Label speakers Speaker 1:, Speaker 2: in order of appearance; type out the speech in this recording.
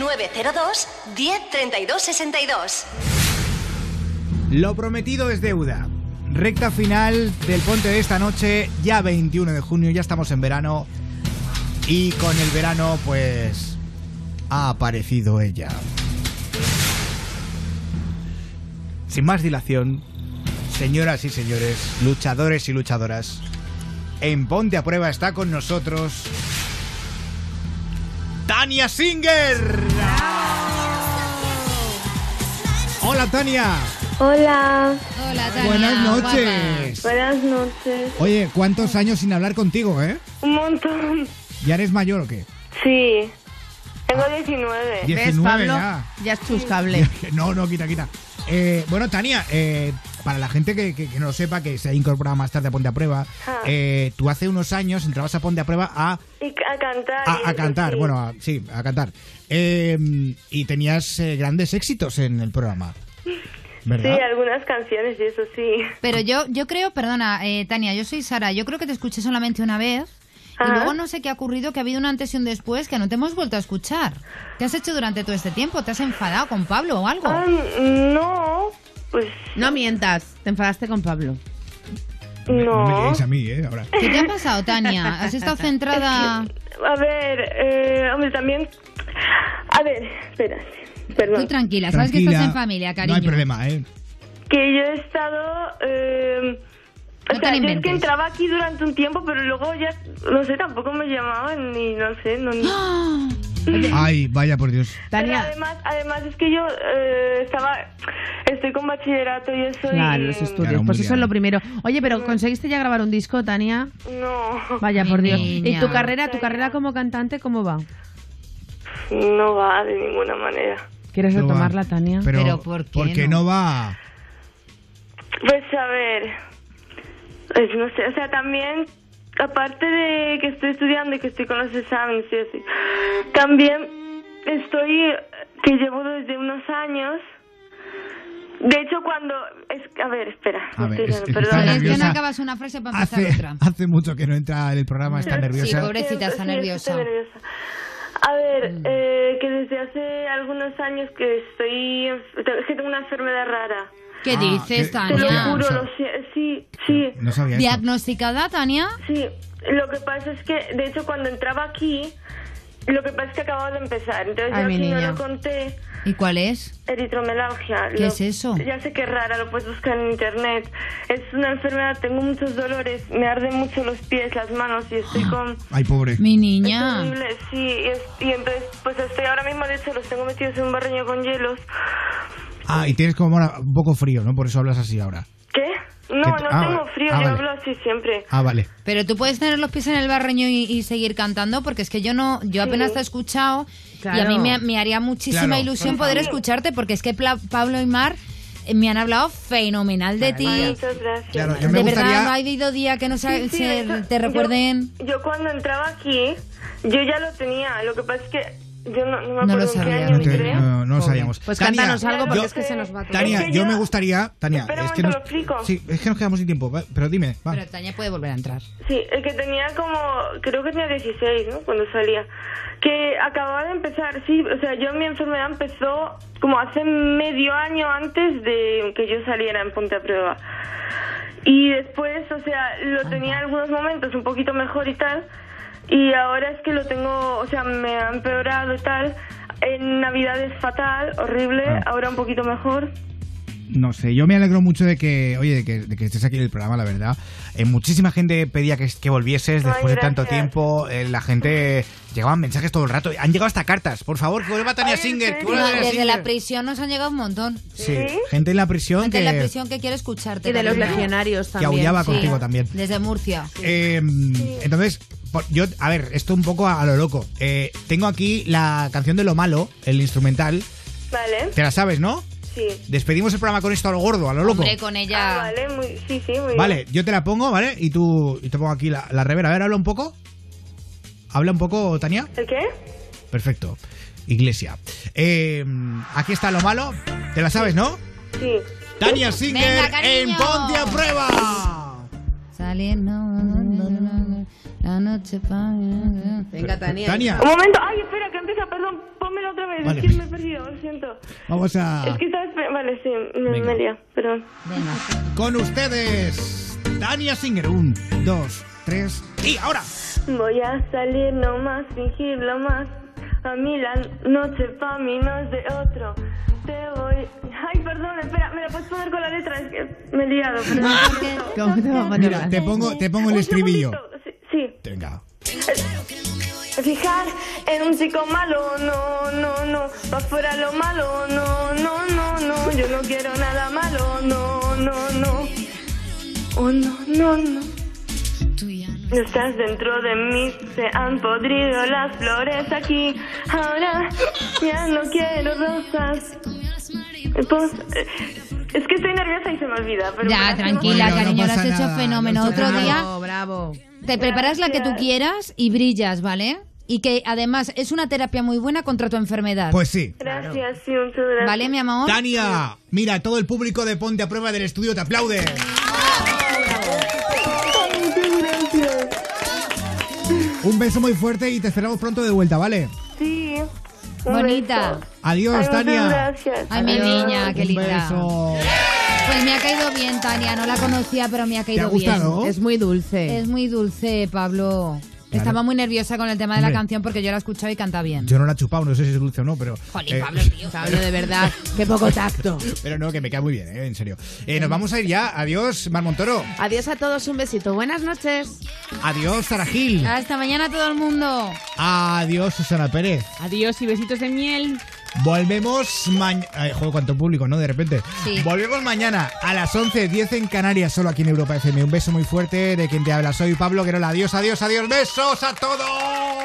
Speaker 1: 902 1032 62.
Speaker 2: Lo prometido es deuda. Recta final del ponte de esta noche, ya 21 de junio, ya estamos en verano. Y con el verano, pues. ha aparecido ella. Sin más dilación, señoras y señores, luchadores y luchadoras, en Ponte a Prueba está con nosotros. ¡Tania Singer! ¡Hola, Tania!
Speaker 3: Hola,
Speaker 4: Hola, Tania.
Speaker 2: Buenas
Speaker 4: guapa.
Speaker 2: noches.
Speaker 3: buenas noches.
Speaker 2: Oye, ¿cuántos años sin hablar contigo, eh?
Speaker 3: Un montón.
Speaker 2: ¿Ya eres mayor o qué?
Speaker 3: Sí. Tengo 19.
Speaker 4: ¿Ves,
Speaker 2: 19
Speaker 4: Pablo?
Speaker 2: ya.
Speaker 4: Ya es tus cables.
Speaker 2: No, no, quita, quita. Eh, bueno, Tania, eh, para la gente que, que- que no lo sepa, que se ha incorporado más tarde a Ponte a Prueba,
Speaker 3: Ah.
Speaker 2: eh, tú hace unos años entrabas a Ponte a Prueba a,
Speaker 3: Y a cantar.
Speaker 2: a, a
Speaker 3: y-
Speaker 2: cantar,
Speaker 3: sí.
Speaker 2: bueno, a- sí, a cantar. Eh, y tenías eh, grandes éxitos en el programa,
Speaker 3: Sí,
Speaker 2: ¿verdad?
Speaker 3: algunas canciones y eso sí.
Speaker 4: Pero yo, yo creo, perdona, eh, Tania, yo soy Sara, yo creo que te escuché solamente una vez. Y
Speaker 3: Ajá.
Speaker 4: luego no sé qué ha ocurrido, que ha habido un antes y un después, que no te hemos vuelto a escuchar. ¿Qué has hecho durante todo este tiempo? ¿Te has enfadado con Pablo o
Speaker 2: Oh.
Speaker 4: algo?
Speaker 3: Ah, no, pues
Speaker 5: No mientas, te enfadaste con Pablo.
Speaker 2: No me
Speaker 3: no.
Speaker 2: digáis a mí, ¿eh? Ahora.
Speaker 4: ¿Qué te ha pasado, Tania? ¿Has estado centrada...?
Speaker 3: A ver, eh, hombre, también... A ver, espera,
Speaker 4: Tú
Speaker 3: perdón.
Speaker 4: tranquila, sabes que
Speaker 2: Tranquila,
Speaker 4: estás en familia, cariño.
Speaker 2: No hay problema, ¿eh?
Speaker 3: Que yo he estado... eh,
Speaker 4: No
Speaker 3: o sea,
Speaker 4: te la
Speaker 3: yo es que
Speaker 4: inventes.
Speaker 3: entraba aquí durante un tiempo, pero luego ya, no sé, tampoco me llamaban ni no sé, no... ni-
Speaker 2: Ay, vaya por Dios.
Speaker 3: Pero
Speaker 5: Tania,
Speaker 3: además, además es que yo eh, estaba, estoy con bachillerato y eso.
Speaker 5: claro,
Speaker 3: y,
Speaker 5: los
Speaker 2: Claro,
Speaker 5: estudios,
Speaker 2: muy
Speaker 5: pues eso es
Speaker 2: liado.
Speaker 5: lo primero. Oye, pero ¿conseguiste ya grabar un disco, Tania?
Speaker 3: No,
Speaker 5: Vaya,
Speaker 4: Mi
Speaker 5: por Dios. ¿Y
Speaker 4: niña.
Speaker 5: tu carrera, tu carrera como cantante, cómo va?
Speaker 3: no va de ninguna manera.
Speaker 5: ¿Quieres
Speaker 2: No va.
Speaker 5: retomarla, Tania?
Speaker 2: Pero,
Speaker 4: Pero ¿por qué
Speaker 2: no?
Speaker 4: no?
Speaker 2: va?
Speaker 3: Pues a ver, pues no sé, o sea, también, aparte de que estoy estudiando y que estoy con los exámenes y así, también estoy, que llevo desde unos años. De hecho, cuando... Es, a ver, espera.
Speaker 2: A ver, es-
Speaker 3: estoy
Speaker 2: es que está
Speaker 3: dando- perdón.
Speaker 4: Es que no
Speaker 2: nerviosa.
Speaker 4: acabas una frase para empezar
Speaker 2: Hace,
Speaker 4: otra.
Speaker 2: hace mucho que no entra en el programa, está nerviosa.
Speaker 4: pobre- Pobrecita, está
Speaker 3: Sí, sí,
Speaker 4: nerviosa. Mm.
Speaker 3: estoy nerviosa. A ver, eh, que desde hace algunos años que estoy... Es que tengo una enfermedad rara.
Speaker 4: ¿Qué
Speaker 2: Ah,
Speaker 4: dices,
Speaker 2: que-
Speaker 3: Te lo
Speaker 2: Hostia,
Speaker 4: Tania?
Speaker 3: juro,
Speaker 2: o sea-
Speaker 3: lo sé- sí, sí,
Speaker 2: No sabía eso.
Speaker 4: ¿Diagnosticada, Tania?
Speaker 3: sí. Lo que pasa es que, de hecho, cuando entraba aquí, lo que pasa es que acababa de empezar. Entonces
Speaker 5: Ay,
Speaker 3: yo
Speaker 5: mi
Speaker 3: aquí
Speaker 5: niña.
Speaker 3: no lo conté.
Speaker 4: ¿Y cuál es?
Speaker 3: Eritromelalgia.
Speaker 4: ¿Qué
Speaker 3: Lo-
Speaker 4: es eso?
Speaker 3: Ya sé que es rara, lo puedes buscar en internet. Es una enfermedad, tengo muchos dolores, me arden mucho los pies, las manos y
Speaker 4: Ah.
Speaker 3: estoy con...
Speaker 2: Ay, pobre.
Speaker 4: Mi
Speaker 3: Es
Speaker 4: niña.
Speaker 3: horrible, sí. Y, es- y entonces, pues estoy ahora mismo, de hecho, los tengo metidos en un barreño con hielos.
Speaker 2: Ah, y tienes como ahora un poco frío, ¿no? Por eso hablas así ahora.
Speaker 3: ¿Qué? No,
Speaker 2: Que te-
Speaker 3: no
Speaker 2: ah,
Speaker 3: tengo
Speaker 2: vale.
Speaker 3: frío,
Speaker 2: Ah,
Speaker 3: yo
Speaker 2: vale.
Speaker 3: hablo así siempre.
Speaker 2: Ah, vale.
Speaker 4: Pero tú puedes tener los pies en el barreño y, y seguir cantando, porque es que yo no, yo apenas te he escuchado y a
Speaker 5: Claro.
Speaker 4: mí me, me haría muchísima
Speaker 2: Claro,
Speaker 4: ilusión poder escucharte, porque es que Pla- Pablo y Mar eh, me han hablado fenomenal de ti.
Speaker 3: Ay, muchas gracias.
Speaker 2: Claro, yo me
Speaker 4: De verdad, no ha
Speaker 2: gustaría.
Speaker 4: habido día que no se,
Speaker 3: Sí, sí,
Speaker 4: se-
Speaker 3: eso-
Speaker 4: te recuerden.
Speaker 3: Yo, yo cuando entraba aquí, yo ya lo tenía. Lo que pasa es que yo no, no me
Speaker 4: No
Speaker 3: acuerdo
Speaker 4: lo
Speaker 3: en qué
Speaker 4: sabía.
Speaker 3: año
Speaker 2: No,
Speaker 3: me
Speaker 2: te-
Speaker 3: entré.
Speaker 2: no- no lo sabíamos.
Speaker 5: Pues
Speaker 2: Tania,
Speaker 5: cántanos algo porque
Speaker 2: yo-
Speaker 5: es que se nos va todo.
Speaker 2: Tania,
Speaker 3: Es que
Speaker 2: yo
Speaker 3: yo-
Speaker 2: me gustaría. Tania,
Speaker 3: Espera un
Speaker 2: es que
Speaker 3: momento,
Speaker 2: nos-
Speaker 3: lo explico.
Speaker 2: Sí, es que nos quedamos sin tiempo. va, Pero dime, va.
Speaker 4: Pero Tania puede volver a entrar.
Speaker 3: Sí, el que tenía como, creo que tenía 16, ¿no? Cuando salía. Que acababa de empezar, sí, o sea, yo mi enfermedad empezó como hace medio año antes de que yo saliera en Ponte a Prueba. Y después, o sea, lo tenía algunos momentos un poquito mejor y tal. Y ahora es que lo tengo, o sea, me ha empeorado y tal. En Navidad es fatal, horrible,
Speaker 2: Ah.
Speaker 3: ahora un poquito mejor.
Speaker 2: No sé, yo me alegro mucho de que, oye, de que, de que estés aquí en el programa, la verdad. Eh, muchísima gente pedía que, que volvieses
Speaker 3: Ay,
Speaker 2: después de tanto
Speaker 3: gracias.
Speaker 2: tiempo. eh, la gente llegaban mensajes todo el rato. Han llegado hasta cartas. Por favor, que vuelva Tania
Speaker 3: Ay, ¿en
Speaker 2: Singer. que
Speaker 3: serio?
Speaker 2: vuelva
Speaker 3: Hola,
Speaker 4: Desde
Speaker 2: Tania
Speaker 4: la
Speaker 2: Singer.
Speaker 4: prisión nos han llegado un montón.
Speaker 2: Sí,
Speaker 3: ¿Sí?
Speaker 2: gente en la prisión
Speaker 4: Gente
Speaker 2: que,
Speaker 4: en la prisión que quiere escucharte.
Speaker 5: Y de los
Speaker 4: también.
Speaker 5: legionarios
Speaker 2: que
Speaker 5: también.
Speaker 2: aullaba
Speaker 4: sí.
Speaker 2: contigo también.
Speaker 4: Desde Murcia.
Speaker 2: Eh, entonces, por- yo, a ver, esto un poco a, a lo loco. Eh, tengo aquí la canción de lo malo, el instrumental.
Speaker 3: Vale,
Speaker 2: Te la sabes, ¿no?
Speaker 3: sí.
Speaker 2: Despedimos el programa con esto a lo gordo, a lo loco.
Speaker 4: Hombre, con
Speaker 3: Ah,
Speaker 4: ella.
Speaker 3: vale, muy, sí, sí, muy bien.
Speaker 2: Vale, yo te la pongo, ¿vale? Y tú y te pongo aquí la, la revera. A ver, habla un poco. Habla un poco, Tania.
Speaker 3: ¿El qué?
Speaker 2: Perfecto. Iglesia. Eh, aquí está lo malo. Te la sabes, ¿no?
Speaker 3: Sí.
Speaker 2: Tania Singer
Speaker 4: Venga, cariño.
Speaker 2: en Ponte a Prueba.
Speaker 4: Saliendo. La, La noche pa-
Speaker 5: Venga, Tania.
Speaker 2: Tania,
Speaker 3: Un momento, ay, espera, que empieza, perdón, pónmelo otra vez,
Speaker 2: Vale.
Speaker 3: es que me he perdido, lo siento.
Speaker 2: vamos
Speaker 3: Es
Speaker 2: a...
Speaker 3: que estaba esper- vale, sí, me,
Speaker 2: Venga.
Speaker 3: me he liado, perdón.
Speaker 4: Venga.
Speaker 2: Con ustedes, Tania Singer. Un, dos, tres y ahora.
Speaker 3: Voy a salir nomás, fingirlo más. A mí la noche pa' mí no es de otro. Te voy. Ay, perdón, espera, me la puedes poner con la letra, es que me he liado. perdón.
Speaker 5: ¿Cómo te va a poner
Speaker 2: Mira,
Speaker 5: más?
Speaker 2: te pongo, te pongo Ah, el
Speaker 3: Ah. Un
Speaker 2: estribillo.
Speaker 3: segundito, Sí. sí.
Speaker 2: Venga.
Speaker 3: Fijar en un chico malo, no, no, no. Pa' fuera lo malo, no, no, no, no. Yo no quiero nada malo, no, no, no. Oh, no, no, no. No estás dentro de mí, se han podrido las flores aquí. Ahora ya no quiero rosas. Pues, eh, es que estoy nerviosa y se me olvida. Pero
Speaker 4: Ya,
Speaker 3: me la-
Speaker 4: tranquila,
Speaker 2: Bueno, no
Speaker 4: cariño, lo
Speaker 2: pasa
Speaker 4: has hecho
Speaker 2: nada,
Speaker 4: fenómeno.
Speaker 2: no
Speaker 4: Otro
Speaker 2: pasa
Speaker 4: día
Speaker 5: Bravo, bravo.
Speaker 4: te preparas la que tú quieras y brillas, ¿vale? Y que además es una terapia muy buena contra tu enfermedad.
Speaker 2: Pues sí.
Speaker 3: Gracias, sí, muchas gracias.
Speaker 4: ¿Vale, mi amor?
Speaker 2: Tania, mira, todo el público de Ponte a Prueba del estudio te aplaude. Un beso muy fuerte y te esperamos pronto de vuelta, ¿vale?
Speaker 3: Sí. un
Speaker 4: Bonita.
Speaker 3: beso.
Speaker 2: Adiós,
Speaker 3: Ay, muchas
Speaker 2: Tania.
Speaker 3: Gracias.
Speaker 4: Ay, mi niña, Ah, qué
Speaker 2: Un
Speaker 4: linda.
Speaker 2: beso.
Speaker 4: Pues me ha caído bien, Tania. No la conocía, pero me ha
Speaker 2: ¿Te ha
Speaker 4: caído bien.
Speaker 2: gustado?
Speaker 5: Es muy dulce.
Speaker 4: Es muy dulce, Pablo. Estaba muy nerviosa con el tema de la
Speaker 2: Hombre.
Speaker 4: canción porque yo la he escuchado y canta bien.
Speaker 2: Yo no la he chupado, no sé si es dulce o no, pero.
Speaker 4: Jolín,
Speaker 2: eh,
Speaker 4: Pablo, tío.
Speaker 5: Pablo, de verdad, qué poco tacto.
Speaker 2: Pero no, que me cae muy bien, eh, en serio. Eh, nos vamos a ir ya. Adiós, Mar Montoro.
Speaker 5: Adiós a todos, un besito. Buenas noches.
Speaker 2: Adiós, Sara Gil.
Speaker 4: Hasta mañana todo el mundo.
Speaker 2: Adiós, Susana Pérez.
Speaker 6: Adiós y besitos de miel.
Speaker 2: Volvemos mañana. Joder, cuánto público, ¿no? De repente.
Speaker 4: Sí.
Speaker 2: Volvemos mañana a las 11.10 en Canarias, solo aquí en Europa FM. Un beso muy fuerte de quien te habla. Soy Pablo Querola. Adiós, adiós, adiós. Besos a todos.